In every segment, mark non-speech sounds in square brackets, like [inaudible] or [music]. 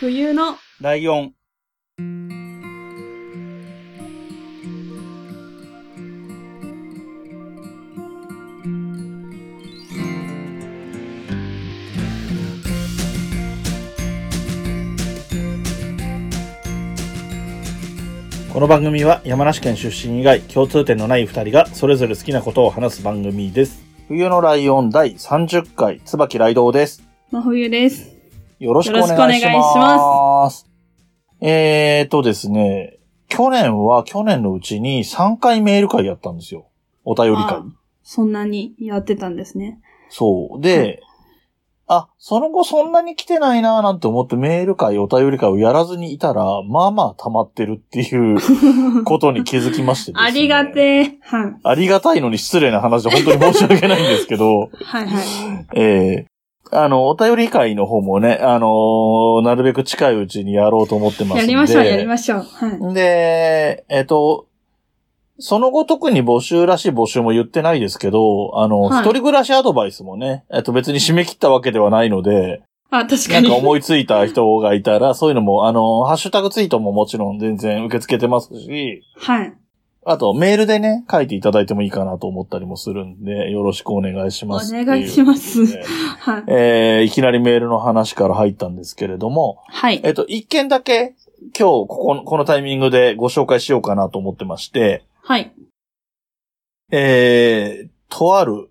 冬のライオン。この番組は山梨県出身以外共通点のない二人がそれぞれ好きなことを話す番組です。冬のライオン第30回、椿雷道です。真冬です。よろしくお願いしよろしくお願ます。えーとですね、去年は去年のうちに3回メール会やったんですよ。お便り会あ。そんなにやってたんですね。そう。で、あ、その後そんなに来てないなぁなんて思ってメール会、お便り会をやらずにいたら、まあまあ溜まってるっていう [laughs] ことに気づきましてですね。ありがい。てー。はい。ありがたいのに失礼な話で本当に申し訳ないんですけど、はいはい。ええあの、お便り会の方もね、あのーなるべく近いうちにやろうと思ってますんで。やりましょう、やりましょう。はい。で、えっと、その後特に募集らしい募集も言ってないですけど、あの、はい一人暮らしアドバイスもね、えっと別に締め切ったわけではないので、あ、確かなんにか。思いついた人がい [laughs] たら、そういうのも、あの、ハッシュタグツイートももちろん全然受け付けてますし、はい。あとメールでね、書いていただいてもいいかなと思ったりもするんで、よろしくお願いしおますってう。願いします。ねはい。えーいきなりメールの話から入ったんですけれども、はい。えっと、一件だけ今日ここの、このタイミングでご紹介しようかなと思ってまして、はい。えー、とある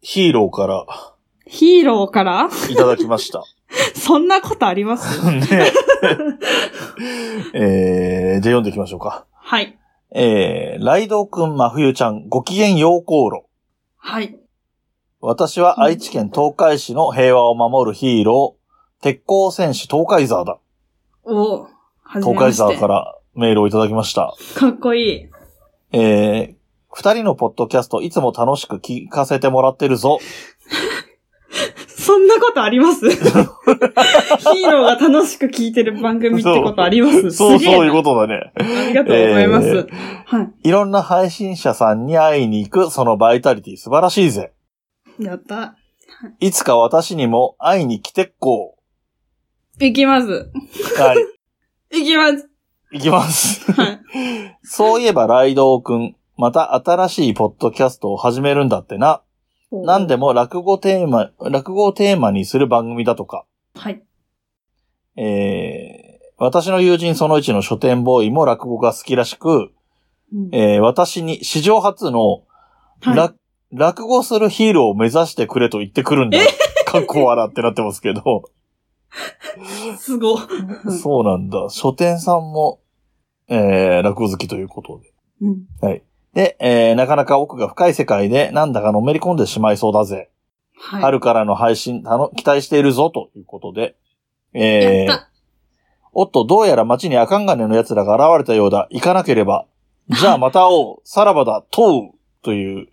ヒーローからヒーローから [laughs] いただきました。 [laughs] そんなことありますで、えー、で読んでいきましょうか。はい。えー、ライドウくん、まふゆちゃん、ご機嫌陽光炉。はい。私は愛知県東海市の平和を守るヒーロー、鉄鋼戦士東海沢だ。おー。はじめ東ま海し沢てか。らメールをいただきました。かっこいい。えー、二人のポッドキャストいつも楽しく聞かせてもらってるぞ。そんなことあります [laughs] ヒーローが楽しく聞いてる番組ってことありますそうすげえそういうことだね。ありがとうございます。えーはいろんな配信者さんに会いに行くそのバイタリティ素晴らしいぜ。い。やった。いつか私にも会いに来てっこいきます。う。はい。いきます。 [laughs] 行きます。はい。そういえばライドウくん、また新しいポッドキャストを始めるんだってな。なんでも落語テーマ、落語をテーマにする番組だとか。はい。えー、私の友人その一の書店ボーイも落語が好きらしく、うんえー私に史上初の、はいら落語するヒーローを目指してくれと言ってくるんだ。かっこ笑ってなってますけど。すご。うんそうなんだ。書店さんも、えー、落語好きということで。うん。で、えー、なかなか奥が深い世界で、なんだかのめり込んでしまいそうだぜ。はい。春からの配信、たの、期待しているぞ、ということで。やえっー、た。おっと、どうやら街に赤ん金の奴らが現れたようだ。行かなければ。じゃあまた会おう。さらばだ、問う。という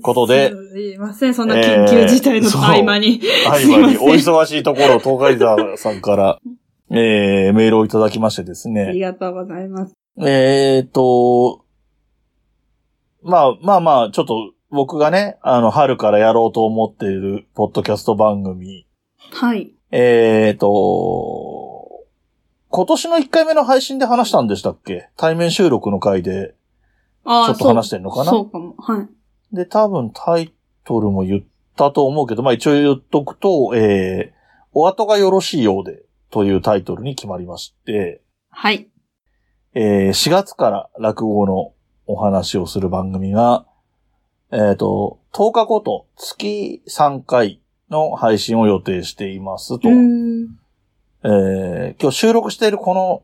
ことで、すいません、そんな緊急事態の合間に。合すいま間せにんお忙しいところ、東海沢さんから、えー、メールをいただきましてですありね。がとうございます。えーと、まあまあまあ、ちょっと僕がね、あの、春からやろうと思っているポッドキャスト番組、はい。えーと、今年の1回目の配信で話したんでしたっけ対面収録の回で、あちょっと話してんのかなそうそうかも。はい。で、多分タイトルも言ったと思うけど、まあ一応言っとくと、えー、お後がよろしいようでというタイトルに決まりまして、はい。えー、4月から落語のお話をする番組が、えっ、と、10日ごと月3回の配信を予定していますと、うーん。えー今日収録しているこの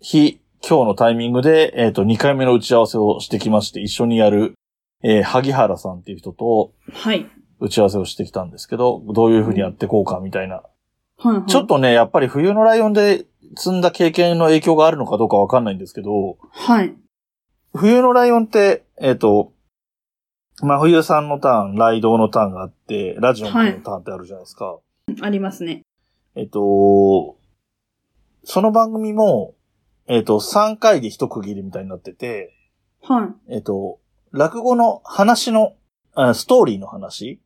日、今日のタイミングで、えっ、と、2回目の打ち合わせをしてきまして、一緒にやる、えー萩原さんっていう人と、はい。打ち合わせをしてきたんですけど、どういうふうにやっていこうかみたいな。はいはい。ちょっとね、やっぱり冬のライオンで積んだ経験の影響があるのかどうかわかんないんですけど、はい。冬のライオンって、えっ、と、真冬さんのターン、ライドウのターンがあって、ラジオン君のターンってあるじゃないですか。ありますね。えっ、と、その番組も、えっ、と、3回で一区切りみたいになってて、はえっ、と、落語の話の、あストーリーの話い。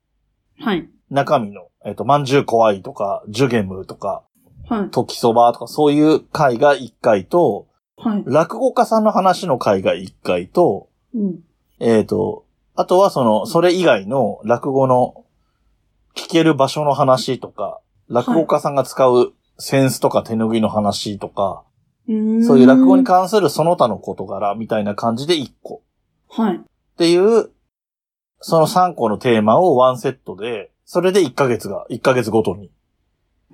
はい。中身の、えっ、と、まんじゅう怖いとか、ジュゲムとか、はい。時そばとか、そういう回が1回と、はい。落語家さんの話の回が1回と、うん。えっ、と、あとはその、それ以外の落語の聞ける場所の話とか、落語家さんが使うセンスとか手拭いの話とか、そういう落語にか。関するその他の事柄みたいな感じで1個はい。っていう、その3個のテーマをワンセットで、それで1ヶ月が、1ヶ月ごとに。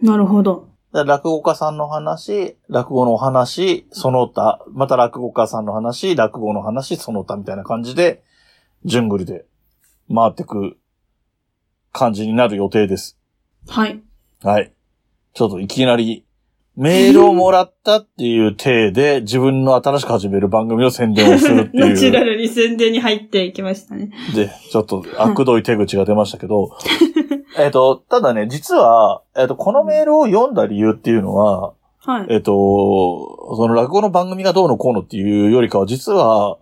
なるほど。だから落語家さんの話、落語のお話、その他、また落語家さんの話、落語の話、その他みたいな感じで、順繰りで回ってく感じになる予定です。 [laughs] はい。はい。ちょっといきなり、メールをもらったっていう体で自分の新しく始める番組の宣伝をするって [laughs] ナチュいラう。ルに宣伝に入っていきましたね。で、ちょっと悪どい手口が出ましたけど。えっと、ただね、実は、えっと、このメールを読んだ理由っていうのは、はい。えっと、その落語の番組がどうのこうのっていうよりかは、実は、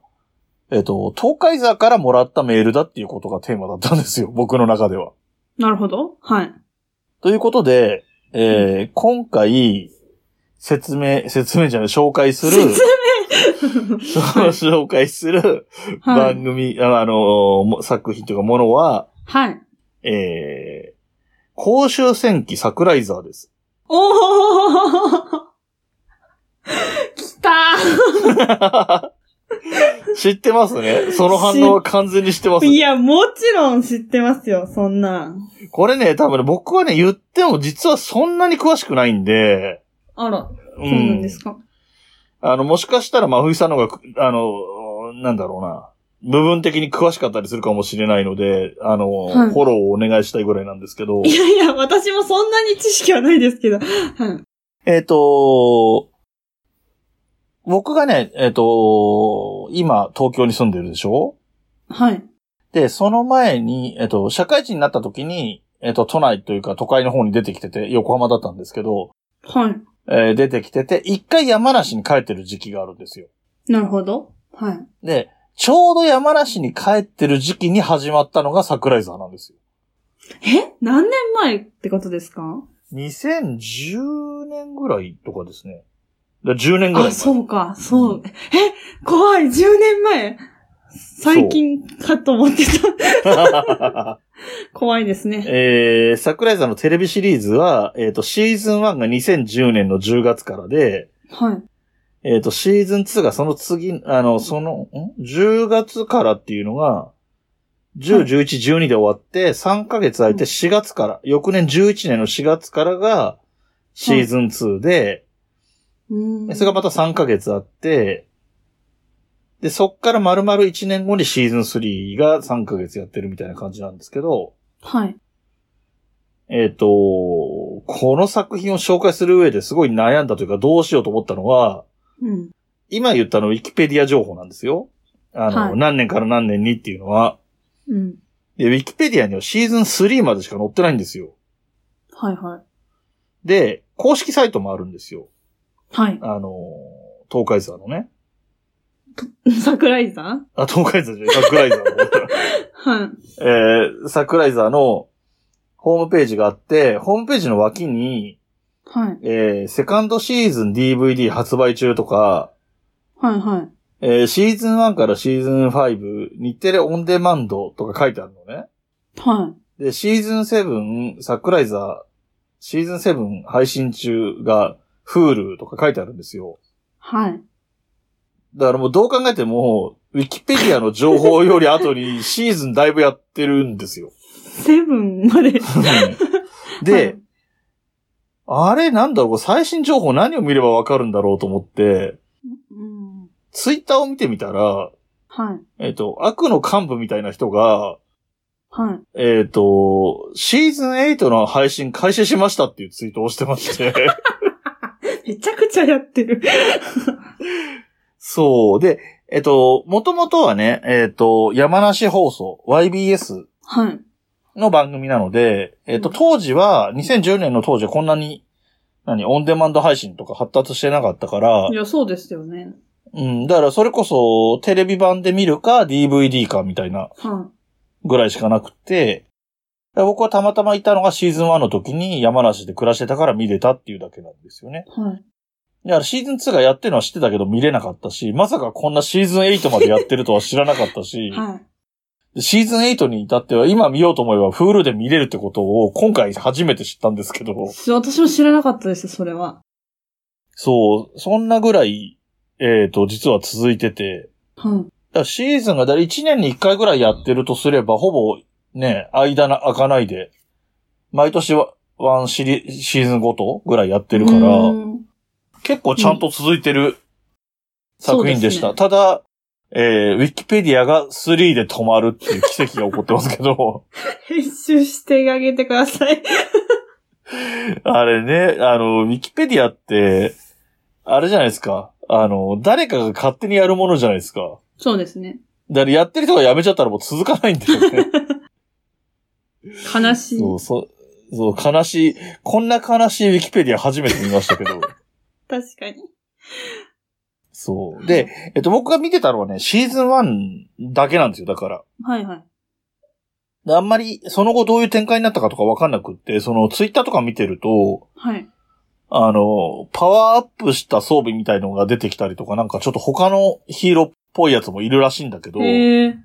えっと、東海座からもらったメールだっていうことがテーマだったんですよ、 [laughs] 僕の中では。なるほど。はい。ということで、えー今回、説明、説明じゃない、紹介する、説 [laughs] 紹介するはい。番組、ああの、も作品というかものは、はい。えー、公衆戦記桜井沢です。 [laughs] おー [laughs] 来た知ってますねその反応は完全に知ってますーいや、もちろん知ってますよ、そんな。これね、多分ね、僕はね、言っても実はそんなに詳しくないんで、あら、うそうなんですか。あの、もしかしたら、まふいさんの方がく、あの、なんだろうな、部分的に詳しかったりするかもしれないので、あの、はいフォローをお願いしたいぐらいなんですけどい、やいや、私もそんなに知識はないですけど。はい。えっ、と、僕がね、えっ、と、今、東京に住んでるでしょはい。で、その前に、えっ、と、社会人になった時に、えっ、と、都内というか都会の方に出てきてて、横浜だったんですけど、はい。えー出てきてて、一回山梨に帰ってる時期があるんですよ。なるほど。はい。で、ちょうど山梨に帰ってる時期に始まったのが桜井沢なんですよ。え何年前ってことですか2010年ぐらいとかですね。だ10年ぐらいあ、前。そうか、そうう。え、怖い、10年前最近かと思ってた。怖いですね。 [laughs] えー、桜井沢のテレビシリーズは、えっ、と、シーズン1が2010年の10月からで、はい。えっ、と、シーズン2がその次、あの、その、ん ?10 月からっていうのが、は10、い11、12で終わって、3ヶ月空いて4月から、翌年11年の4月からが、シーズン2で、うーんそれがまた3ヶ月あって、で、そっから丸々1年後にシーズン3が3ヶ月やってるみたいな感じなんですけど、はい。えっ、と、この作品を紹介する上ですごい悩んだというか、どうしようと思ったのは、うん。今言ったのウィキペディア情報なんですよ。あの、はい何年から何年にっていうのは。うん。で、ウィキペディアにはシーズン3までしか載ってないんですよ。はいはい。で、公式サイトもあるんですよ。はい。あの、東海座のね。 [laughs] 桜井さんあ、東海座じゃない、[laughs] 桜井座の。はい。えー、桜井座のホームページがあって、ホームページの脇に、はい。えー、セカンドシーズン DVD 発売中とか、はいはい。えー、シーズン1からシーズン5、日テレオンデマンドとか書いてあるのね。はで、シーズン7、桜井座、シーズン7配信中が、Hulu とか書いてあるんですよ。い。はい。だからもうどう考えても、ウィキペディアの情報より後にシーズンだいぶやってるんですよ。セブンまで。で、、あれなんだろう、最新情報何を見ればわかるんだろうと思って、うん。ツイッターを見てみたら、はい。えっ、と、悪の幹部みたいな人が、はい。えっ、と、シーズン8の配信開始しましたっていうツイートをしてまして。めちゃくちゃやってる。そう。で、えっと、もともとはね、えっと、山梨放送、YBS はい。の番組なので、えっと、うん当時は、2010年の当時はこんなに、何、オンデマンド配信とか発達してなかったからい、や、そうですよね。うん、だからそれこそ、テレビ版で見るか、DVD かみたいなはぐらいしかなくて、で僕はたまたまいたのがシーズン1の時に山梨で暮らしてたから見れたっていうだけなんですよね。はい。だからシーズン2がやってるのは知ってたけど見れなかったし、まさかこんなシーズン8までやってるとは知らなかっ [laughs] たし、はい。でシーズン8に至っては今見ようと思えば Hulu で見れるってことを今回初めて知ったんですけど、す私も知らなかったです、それは。そう、そんなぐらい、えっ、と、実は続いてて、はい。だからシーズンがだい1年に1回ぐらいやってるとすれば、ほぼね、間な開かないで、毎年はワンシリシーズンごとぐらいやってるから、うん結構ちゃんと続いてる作品でした。そうただ、えー、ウィキペディアが3で止まるっていう奇跡が起こってますけど、編集してあげてください。 [laughs] あれね、あの、ウィキペディアって、あれじゃないですか。あの、誰かが勝手にやるものじゃないですか。そうですね。だからやってる人がやめちゃったらもう続かないんだよね。悲しい。そう、そう、そう、悲しい、こんな悲しいウィキペディア初めて見ましたけど。確かに。そう。で、えっと、僕が見てたのはね、シーズン1だけなんですよ、だから。はいはい。であんまり、その後どういう展開になったかとかわかんなくって、その、ツイッターとか見てると、はい。あの、パワーアップした装備みたいのが出てきたりとか、なんかちょっと他のヒーローっぽいやつもいるらしいんだけど、へえ。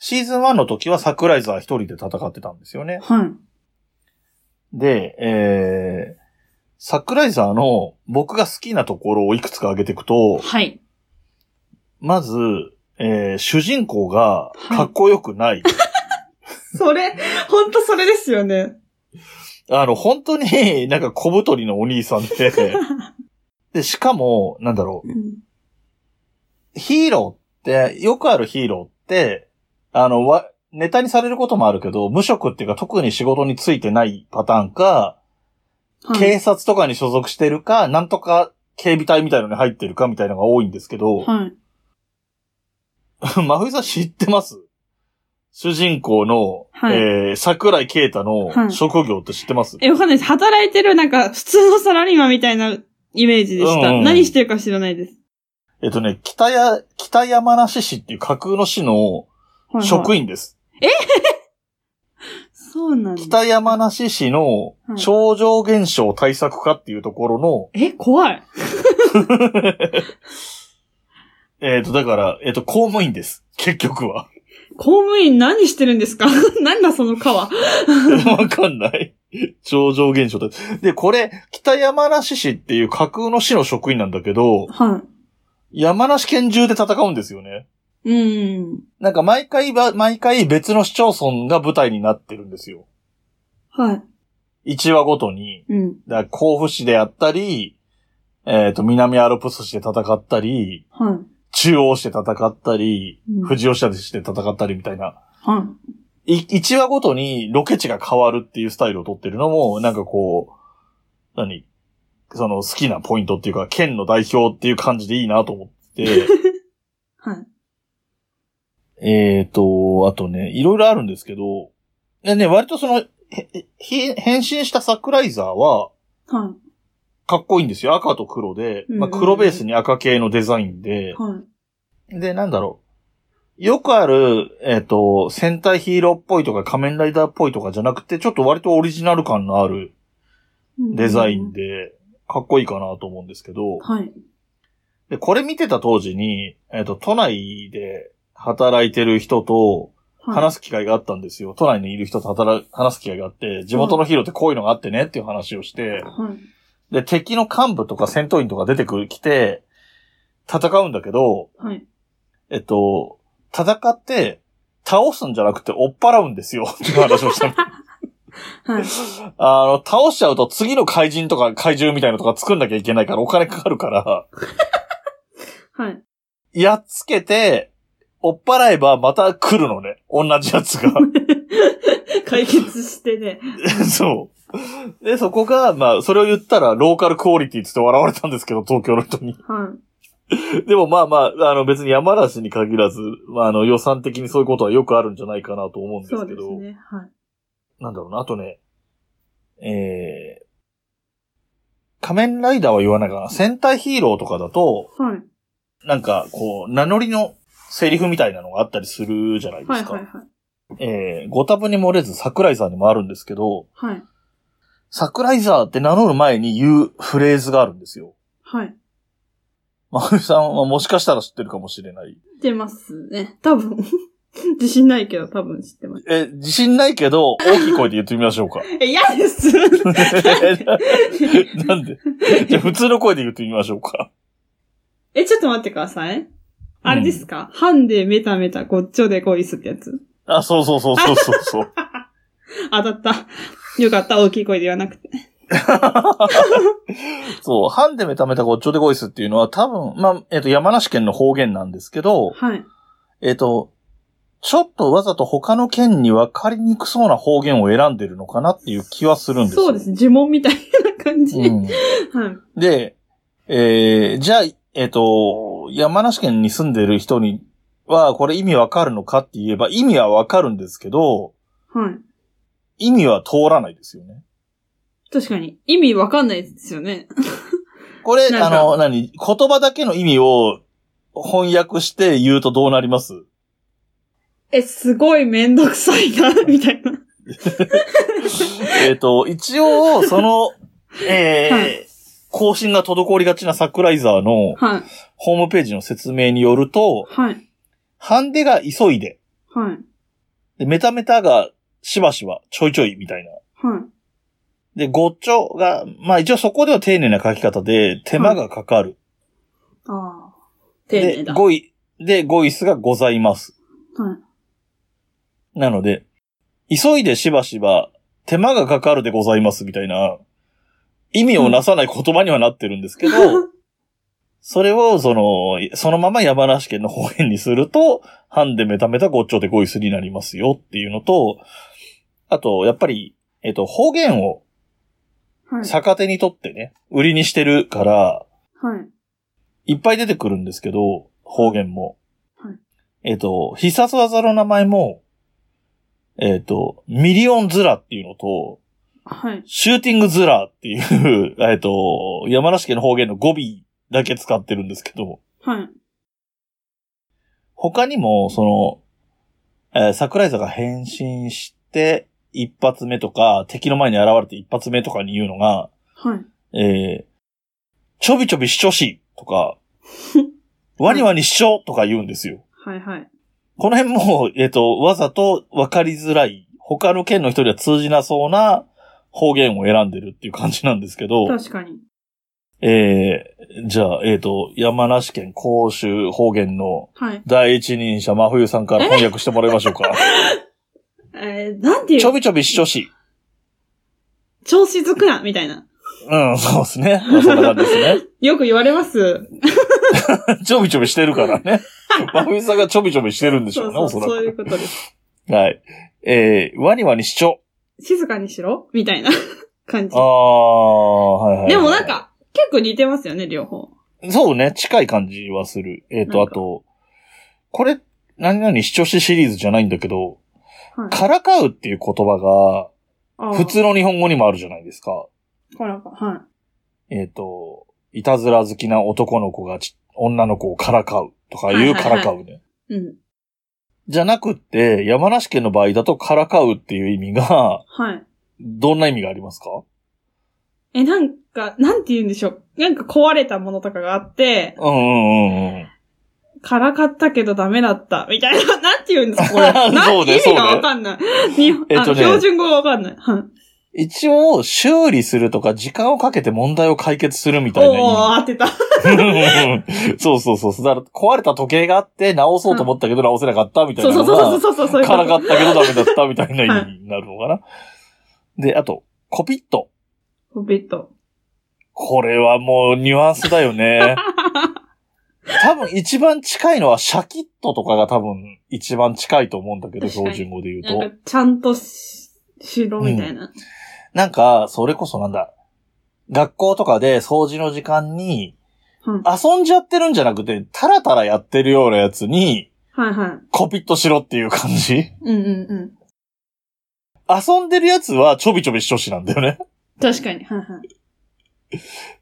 シーズン1の時はサクライザー一人で戦ってたんですよね。はい。で、えー、サクライザーの僕が好きなところをいくつか挙げていくと、はい。まず、えー、主人公がはいかっこよくない。それ、ほんとそれですよ [laughs] ね。あの、本当になんか小太りのお兄さんで、で、しかも、なんだろうんう、ヒーローって、よくあるヒーローって、あの、わ、ネタにされることもあるけど、無職っていうか特に仕事についてないパターンか、はい。警察とかに所属してるか、なんとか警備隊みたいのに入ってるかみたいのが多いんですけど、 [laughs] はい。真冬さん知ってます主人公の、はいえー、桜井啓太はのい職業って知ってます、え、わかんないです。働いてる、なんか、普通のサラリーマンみたいなイメージでした。うんうん何してるか知らないです。えっとね、北や、北山梨市っていう架空の市のはいはい職員です。そうなんだ。北山梨市のはい超常現象対策課っていうところえ、怖い。の、えっ、と、だから、えっ、と、公務員です。結局は。 [laughs] 公務員何してるんですか [laughs] なんだその川。わかんない。超常現象対策で、これ、北山梨市っていう架空の市の職員なんだけど、は山梨県中で戦うんですよね。い。うん。なんか毎回ば、毎回別の市町村が舞台になってるんですよ。はい。 1話ごとに。うん。だから甲府市であったり、えっ、と、南アルプス市で戦ったり、はい。中央市で戦ったり、うん富士吉田市で戦ったりみたいな。はい。い、1話ごとにロケ地が変わるっていうスタイルを取ってるのも、なんかこう、何その好きなポイントっていうか、県の代表っていう感じでいいなと思 [laughs] って。はい。えーと、あとね、いろいろあるんですけど、でね、割とその、へへへ変身したサクライザーは、はかっこいいんですよ。赤と黒で、うんまあ、黒ベースに赤系のデザインでい。、はい。で、なんだろう。よくある、えっ、と、戦隊ヒーローっぽいとか仮面ライダーっぽいとかじゃなくて、ちょっと割とオリジナル感のあるうんデザイン。で、かっこいいかなと思うんですけど、はい。で、これ見てた当時に、えっ、と、都内で働いてる人と、はい。話す機会があったんですよ。都内にいる人と働く、話す機会があって、地元のヒーローってこういうのがあってねっていう話をして、はい。で、敵の幹部とか戦闘員とか出てくる、来て、戦うんだけど、はい。えっと、戦って、倒すんじゃなくて追っ払うんですよ [laughs] っていう話をした [laughs] の。はい。あの、倒しちゃうと次の怪人とか怪獣みたいなのとか作んなきゃいけないからお金かかるから、はい。やっつけて、追っ払えばまた来るのね。同じやつが。 [laughs] 解決してね。そう。で、そこが、まあ、それを言ったら、ローカルクオリティっつって笑われたんですけど、東京の人に。 [laughs] はでもまあまあ、あの別に山梨に限らず、まああの予算的にそういうことはよくあるんじゃないかなと思うんい。ですそうけでど、すね。はい。なんだろうな、あとね、えー、仮面ライダーは言わないかな、戦隊ヒーローとかだと、はい。なんかこう、名乗りのセリフみたいなのがあったりするじゃないではい。すか。はい。はい。えー、ご多分に漏れず桜井さんにもあるんですけど、はい。桜井さんって名乗る前に言うフレーズがあるんですよ。はい。まふみさんはもしかしたら知ってるかもしれない。出ますね。多分。 [laughs] 自信ないけど多分知ってます。え、自信ないけど、大きい声で言ってみましょうか。 [laughs] え、嫌ですなんでじゃあ普通の声で言ってみましょうか。 [laughs] え、ちょっと待ってください。あれですか、ハンデメタメタごっちょで恋すってやつ。あ、そうそうそうそうそうそう。当たった。よかった。大きい声で言わなくて。そう、ハンデメタメタごっちょでゴイスっていうのは多分、まあ、えっ、と、山梨県の方言なんですけど、はい。えっ、と、ちょっとわざと他の県に分かりにくそうな方言を選んでるのかなっていう気はするんですよそうです。呪文みたいな感じ。はい。うん。うん、で、えー、じゃあ、えっ、と、山梨県に住んでる人には、これ意味わかるのかって言えば、意味はわかるんですけど、はい。意味は通らないですよね。確かに。意味わかんないですよね。これ、なんあかの、何言葉だけの意味を翻訳して言うとどうなります [laughs] え、すごいめんどくさいな、みたいな。えっと、一応、その、えーはい更新が滞りがちな桜井沢のはい。ホームページの説明によると、はい。ハンデが急いで、はい。でメタメタがしばしば、ちょいちょいみたいな。はい。で、ごっちょが、まあ一応そこでは丁寧な書き方で、手間がかかる。ああ。丁寧で、だ。ごい、で、ごいすがございます。はい。なので、急いでしばしば手間がかかるでございますみたいな、意味をなさない言葉にはなってるんで [laughs] すけど、それをその、そのまま山梨県の方言にすると、ハンデメタメタごっちょでごいすになりますよっていうのと、あと、やっぱり、えっと、方言をはい。逆手にとってね、売りにしてるから、はい。いっぱい出てくるんですけど、方言も。はいえっ、と、必殺技の名前も、えっ、と、ミリオンズラっていうのと、はい。シューティングズラっていう、 [laughs] えっと、山梨県の方言の語尾だけ使ってるんですけど、はい。他にも、その、えー桜井さんが変身して、一発目とか、敵の前に現れて一発目とかに言うのが、はい。えー、ちょびちょびしちょしと [laughs] か、ワニワニしちょとか言うんですよ。はい。はい。この辺も、えっ、と、わざと分かりづらい、他の県の人には通じなそうな方言を選んでるっていう感じなんですけど、確かに。えー、じゃあ、えっ、と、山梨県甲州方言のはい。第一人者真冬さんから翻訳してもらいま [laughs] しょうか。えー、なんていちょう、びちょびしちょし。調子づくな、みたいな。うん、そうですね。まあそんな感じですよく言われます。ね。 [laughs] ちょびちょびしてるからね。真冬さんがちょびちょびしてるんでしょうそうね、そう、おそらそういうく。ことです。はい。えー、ワニワニしちょ。静かにしろみたい [laughs] な感じあ。あ、はいはいはい。でもなんか、結構似てますよね、両方。そうね、近い感じはする。えっ、なと、んあかと、これ、何々視聴しシリーズじゃないんだけど、はい。からかうっていう言葉あが、ー普。通の日本語にもあるじゃないですか。からか。はい。えっ、と、いたずら好きな男の子がち女の子をからかうとかいうはいはいはいからかうね。うん。じゃなくって、山梨県の場合だとからかうっていう意味が、はい。どんな意味がありますかえ、なんか、なんて言うんでしょう。なんか壊れたものとかがあって、うんうんうんうん。からかったけどダメだった、みたいな。 [laughs] なんて言うんですか、これ。なん [laughs] そうね意味がそうねわかんない。日本えっあとのね標準語がわかんない。はい。一応、修理するとか時間をかけて問題を解決するみたいな意味おー、当てた。 [laughs] そうそうそうそう。だから壊れた時計があって直そうと思ったけど直せなかったみたいそうなそのうそうが、そうそう、そういうこからと。かったけどダメだったみたいな意味になるのかな。で、あと、コピット。コピット。これはもうニュアンスだよ [laughs] ね。多分一番近いのはシャキットとかが多分一番近いと思うんだけど、確か標に準語で言うなとん。か、ちゃんとし、しろみたいな。なんか、それこそなんだ。学校とかで掃除の時間に、うん遊んじゃってるんじゃなくて、タラタラやってるようなやつに、はいはい。コピッとしろっていう感じう [laughs] んうんうん。遊んでるやつはちょびちょびしとしなんだよね。 [laughs] 確かに。はいはい。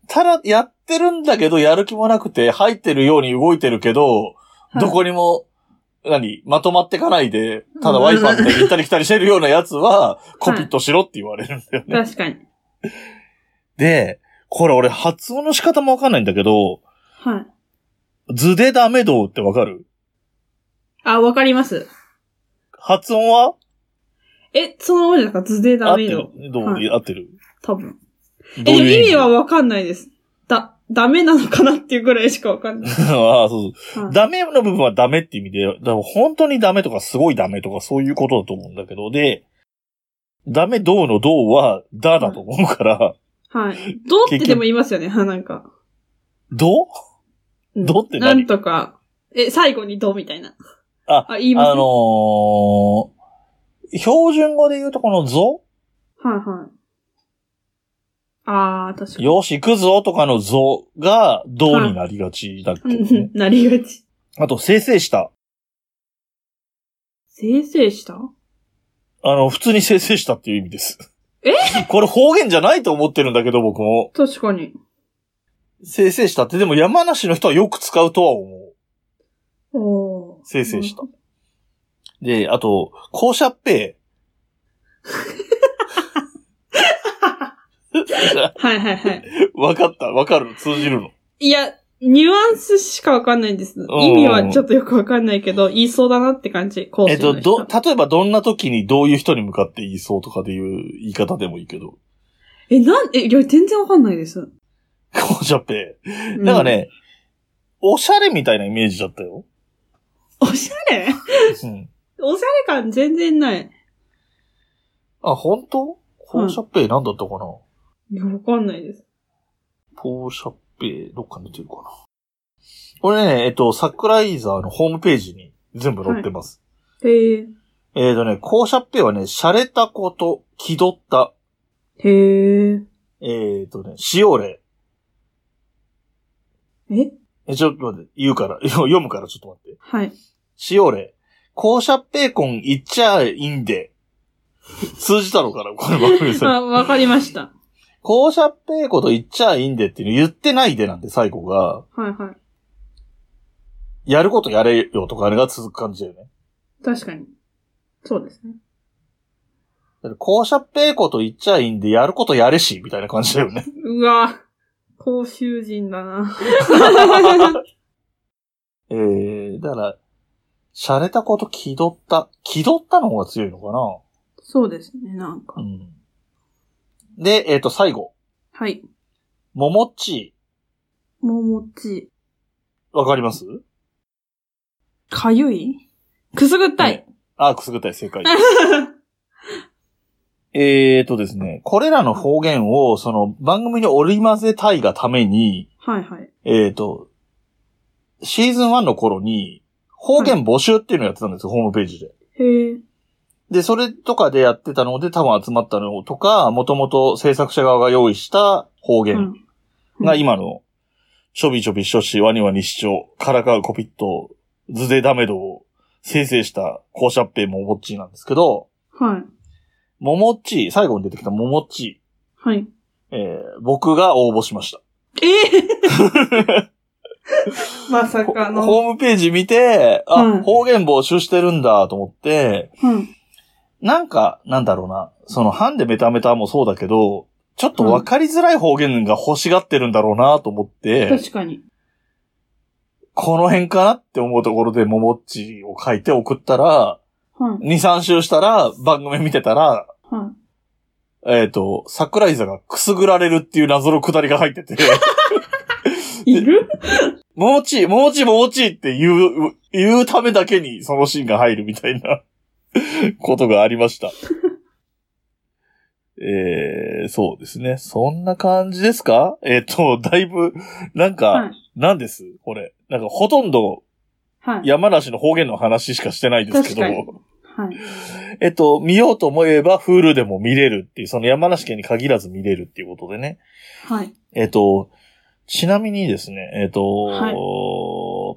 ただ、やってるんだけど、やる気もなくて、入ってるように動いてるけど、はいどこにも、何まとまってかないで、ただ Wi-Fi で行ったり来たりしてるようなや [laughs] つは、コピットしろって言われるんだよね。 [laughs] 確かに。で、これ俺発音の仕方もわかんないんだけど、はい。図でダメどうってわかるあ、わかります。発音はえ、そのままじゃなくて図で合ダっメてよ。るどう、はい合ってる多分。え、どうでもいう意味はわかんないです。だ、ダメなのかなっていうぐらいしかわか [laughs] んない。 [laughs] ああ、そうそはう。いダメの部分はダメって意味で、だから本当にダメとかすごいダメとかそういうことだと思うんだけど、で、ダメどうのどうは、だだと思うから、はい。どうってでも言いますよね、はなんか。どううんどってな何んとか。え、最後にどうみたいな。あ言いますあのー、標準語で言うとこのぞはいはい。あー、確かに。よし行くぞとかのぞが、どうになりがちだけどうねん。 [laughs] なりがち。あと、生成した。生成したあの、普通に生成したっていう意味です。え [laughs] これ方言じゃないと思ってるんだけど、僕も。確かに。生成したって、でも山梨の人はよく使うとは思う。おー。生成した。で、あと、校舎っぺ。 [laughs] はいはいはい。わかった、わかる、通じるの。いや、ニュアンスしかわかんないんです。ん意味はちょっとよくわかんないけど、言いそうだなって感じ。講えっ師のと、人ど、例えばどんな時にどういう人に向かって言いそうとかでいう言い方でもいいけど。え、なん、え、いや、全然わかんないです。校舎っぺ。うんなんか。ね、おしゃれみたいなイメージだったよ。おしゃれうん。おしゃれ感全然ない。あ、本当校舎っぺなんだったかな、いや、わかんないです。ポーシャッペー、どっかに出てるかな。これね、えっと、サクライザーのホームページに全部載ってます。へえ。えっとね、校舎っぺはね、洒落たこと、気取った、へえ。えっとね、しおれ。ええ、ちょっと待って、言うから、 [laughs] 読むからちょっと待って。はい。しおれ。校舎っぺーコン言っちゃいいんで。通じたのかなこればっかりさ。 [laughs] あ、わかりました。校舎っぺーこと言っちゃいいんでっていうの言ってないでなんで最後が、はいはやることやれよとかあれが続く感じだよね。い。確かに。そうですね。だから校舎っぺーこと言っちゃいいんで、やることやれし、みたいな感じだよね。うわ、公衆人だな。 [laughs] えー、だから、洒落たこと気取った。気取ったの方が強いのかそうですね、なんかな。うん。で、えっ、と、最後。はい。ももっちももち。ー。わかりますかゆいくすぐったい。あ、くすぐったい、正解。えーとですね、これらの方言を、その、番組に織り交ぜたいがために、はいはい。えーと、シーズン1の頃に、方言募集っていうのをやってたんですよ、ホームページで。へえ。で、それとかでやってたので、多分集まったのとか、もともと制作者側が用意した方う言ん。が今の、ちょびちょびしょし、ワニワニしちょ、からかうコピット、ズデダメドを生成した校舎っぺももっちーなんですけど、はい。ももっちー、最後に出てきたももっちー、はい。えー僕が応募しました。ええ [laughs] まさほかの。ホームページ見て、あ、うん方言募集してるんだと思って、うん。なんか、なんだろうな、その、ハンデメタメタもそうだけど、ちょっと分かりづらい方言が欲しがってるんだろうなと思って、確かに。この辺かなって思うところで、ももっちを書いて送ったら、はい。 2、3週したら、番組見てたら、はえっ、と、桜井座がくすぐられるっていう謎のくだりが入ってて、い。いるももち、ももち、ももちって言う、言うためだけにそのシーンが入るみたいな [laughs] ことがありました。 [laughs] えー、そうですね。そんな感じですか [laughs] えっ、と、だいぶ、なんか、はいなんですこれ。なんかほとんどはい。山梨の方言の話しかしてないですけど確か、はい。 [laughs] えっと、見ようと思えば Hulu でも見れるっていう、その山梨県に限らず見れるっていうことでね。はい。えっと、ちなみにですね、えっと、はい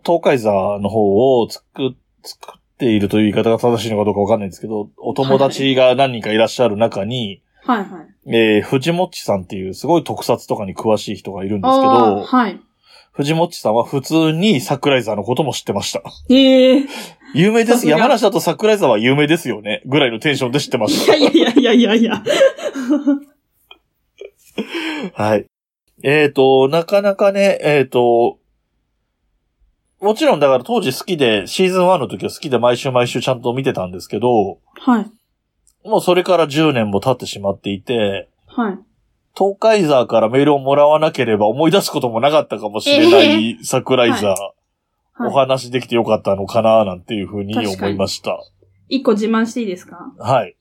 東海座の方を作っ作っているという言い方が正しいのかどうかわかんないんですけど、お友達が何人かいらっしゃる中に、はいはい。えー、藤もっちさんっていうすごい特撮とかに詳しい人がいるんですけああー、ど、はい。藤もっちさんは普通に桜井座のことも知ってました。ええ有名さです。すが山梨だと桜井沢は有名ですよね。ぐらいのテンションで知ってましいやいやいやいやいや。た。 [laughs] はい。えっ、と、なかなかね、えっ、と、もちろんだから当時好きで、シーズン1の時は好きで毎週毎週ちゃんと見てたんですけど、はい。もうそれから10年も経ってしまっていて、はい。東海沢からメールをもらわなければ思い出すこともなかったかもしれ [laughs] ない桜井沢、おは話できてよかったのかななんていうふうに確か思にいました。い。一個自慢していいですかはい。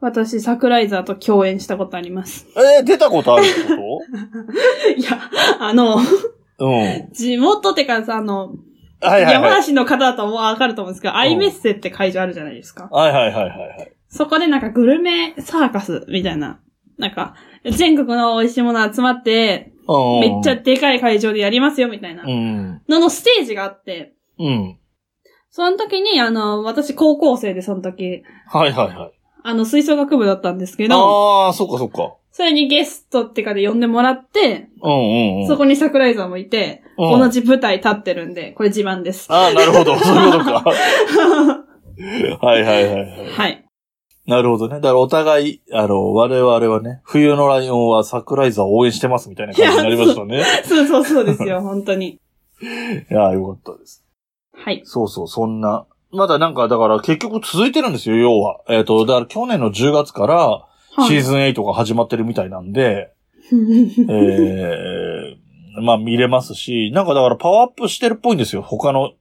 私、桜井沢と共演したことあります。えー出たことあるってこいや、あの、 [laughs] とうん。地元ってかさ、あの、はいはい山はい。梨の方だともうわかると思うんですけど、アイメッセって会場あるじゃないですか。はいはいはいはい。そこでなんかグルメサーカスみたいな。なんか、全国の美味しいもの集まって、うん。めっちゃ。でかい会場でやりますよみたいなうん。ののステージがあって、うん。その時に、あの、私高校生でその時、はいはいはい。あの、吹奏楽部だったんですけど、ああ、そっかそっか。それにゲストってかで呼んでもらって、うんうんうん。そこに桜井さんもいて、うん同じ舞台立ってるんで、これ自慢です。ああ、なるほど。そういうことか。 [laughs] [laughs] ははいはいはいはい。い。なるほどね。だからお互い、あの、我々はね、冬のライオンは桜井沢を応援してますみたいな感じになりましたね。そうそうそうですよ、本当に。いやー、よかったです。はい。そうそう、そんな。まだなんか、だから結局続いてるんですよ、要は。えっ、と、だから去年の10月からはいシーズン8が始まってるみたいなんで、えー、まあ見れますし、なんかだからパワーアップしてるっぽいんですよ、他の。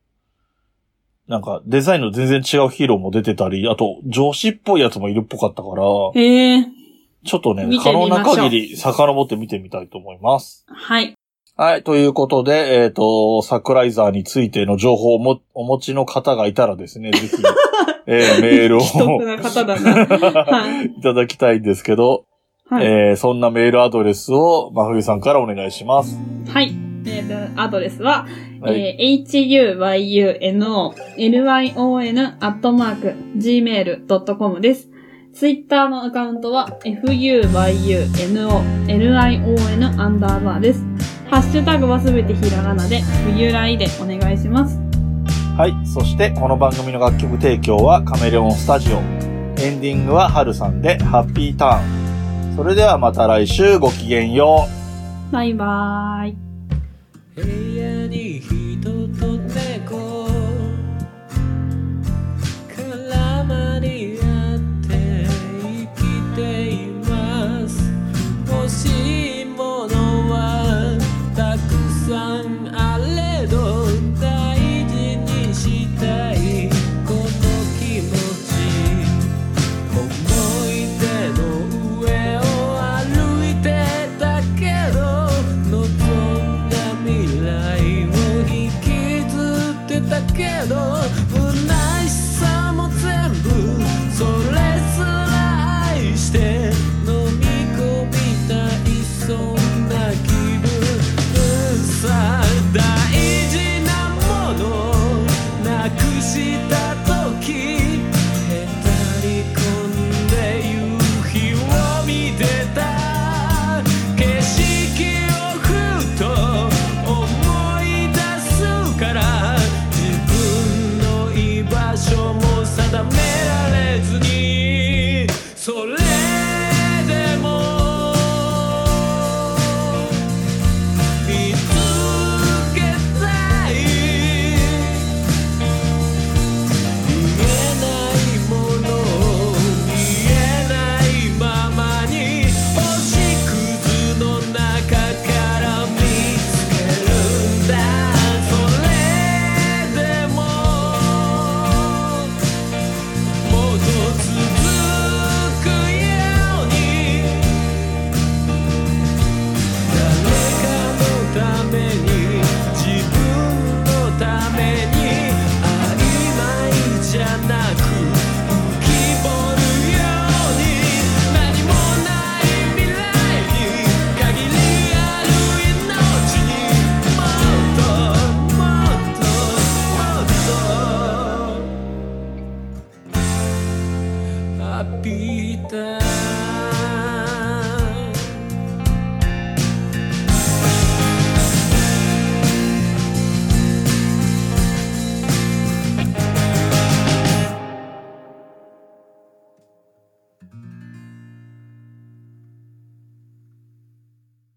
なんかデザインの全然違うヒーローも出てたり、あと女子っぽいやつもいるっぽかったから、ちへえょっとね、見て可能みましょうな限り遡って見てみたいと思います。はい。はい、ということで、えっ、と、桜井沢についての情報をもお持ちの方がいたらですね、 [laughs] ぜひ、えーメールを既得な方だな。はい。 [laughs] いただきたいんですけど、はい。 [laughs] えーそんなメールアドレスを真冬さんからお願いします。はい。えーと、アドレスは、はい。えー huyuno,lyon, アットマーク、gmail.com です。ツイッターのアカウントは、fuyuno, lion, アンダーバーです。ハッシュタグはすべてひらがなで、冬来でお願いします。はい。そして、この番組の楽曲提供はカメレオンスタジオ。エンディングは春さんで、ハッピーターン。それではまた来週ごきげんよう。バイバーイ。部屋に人と猫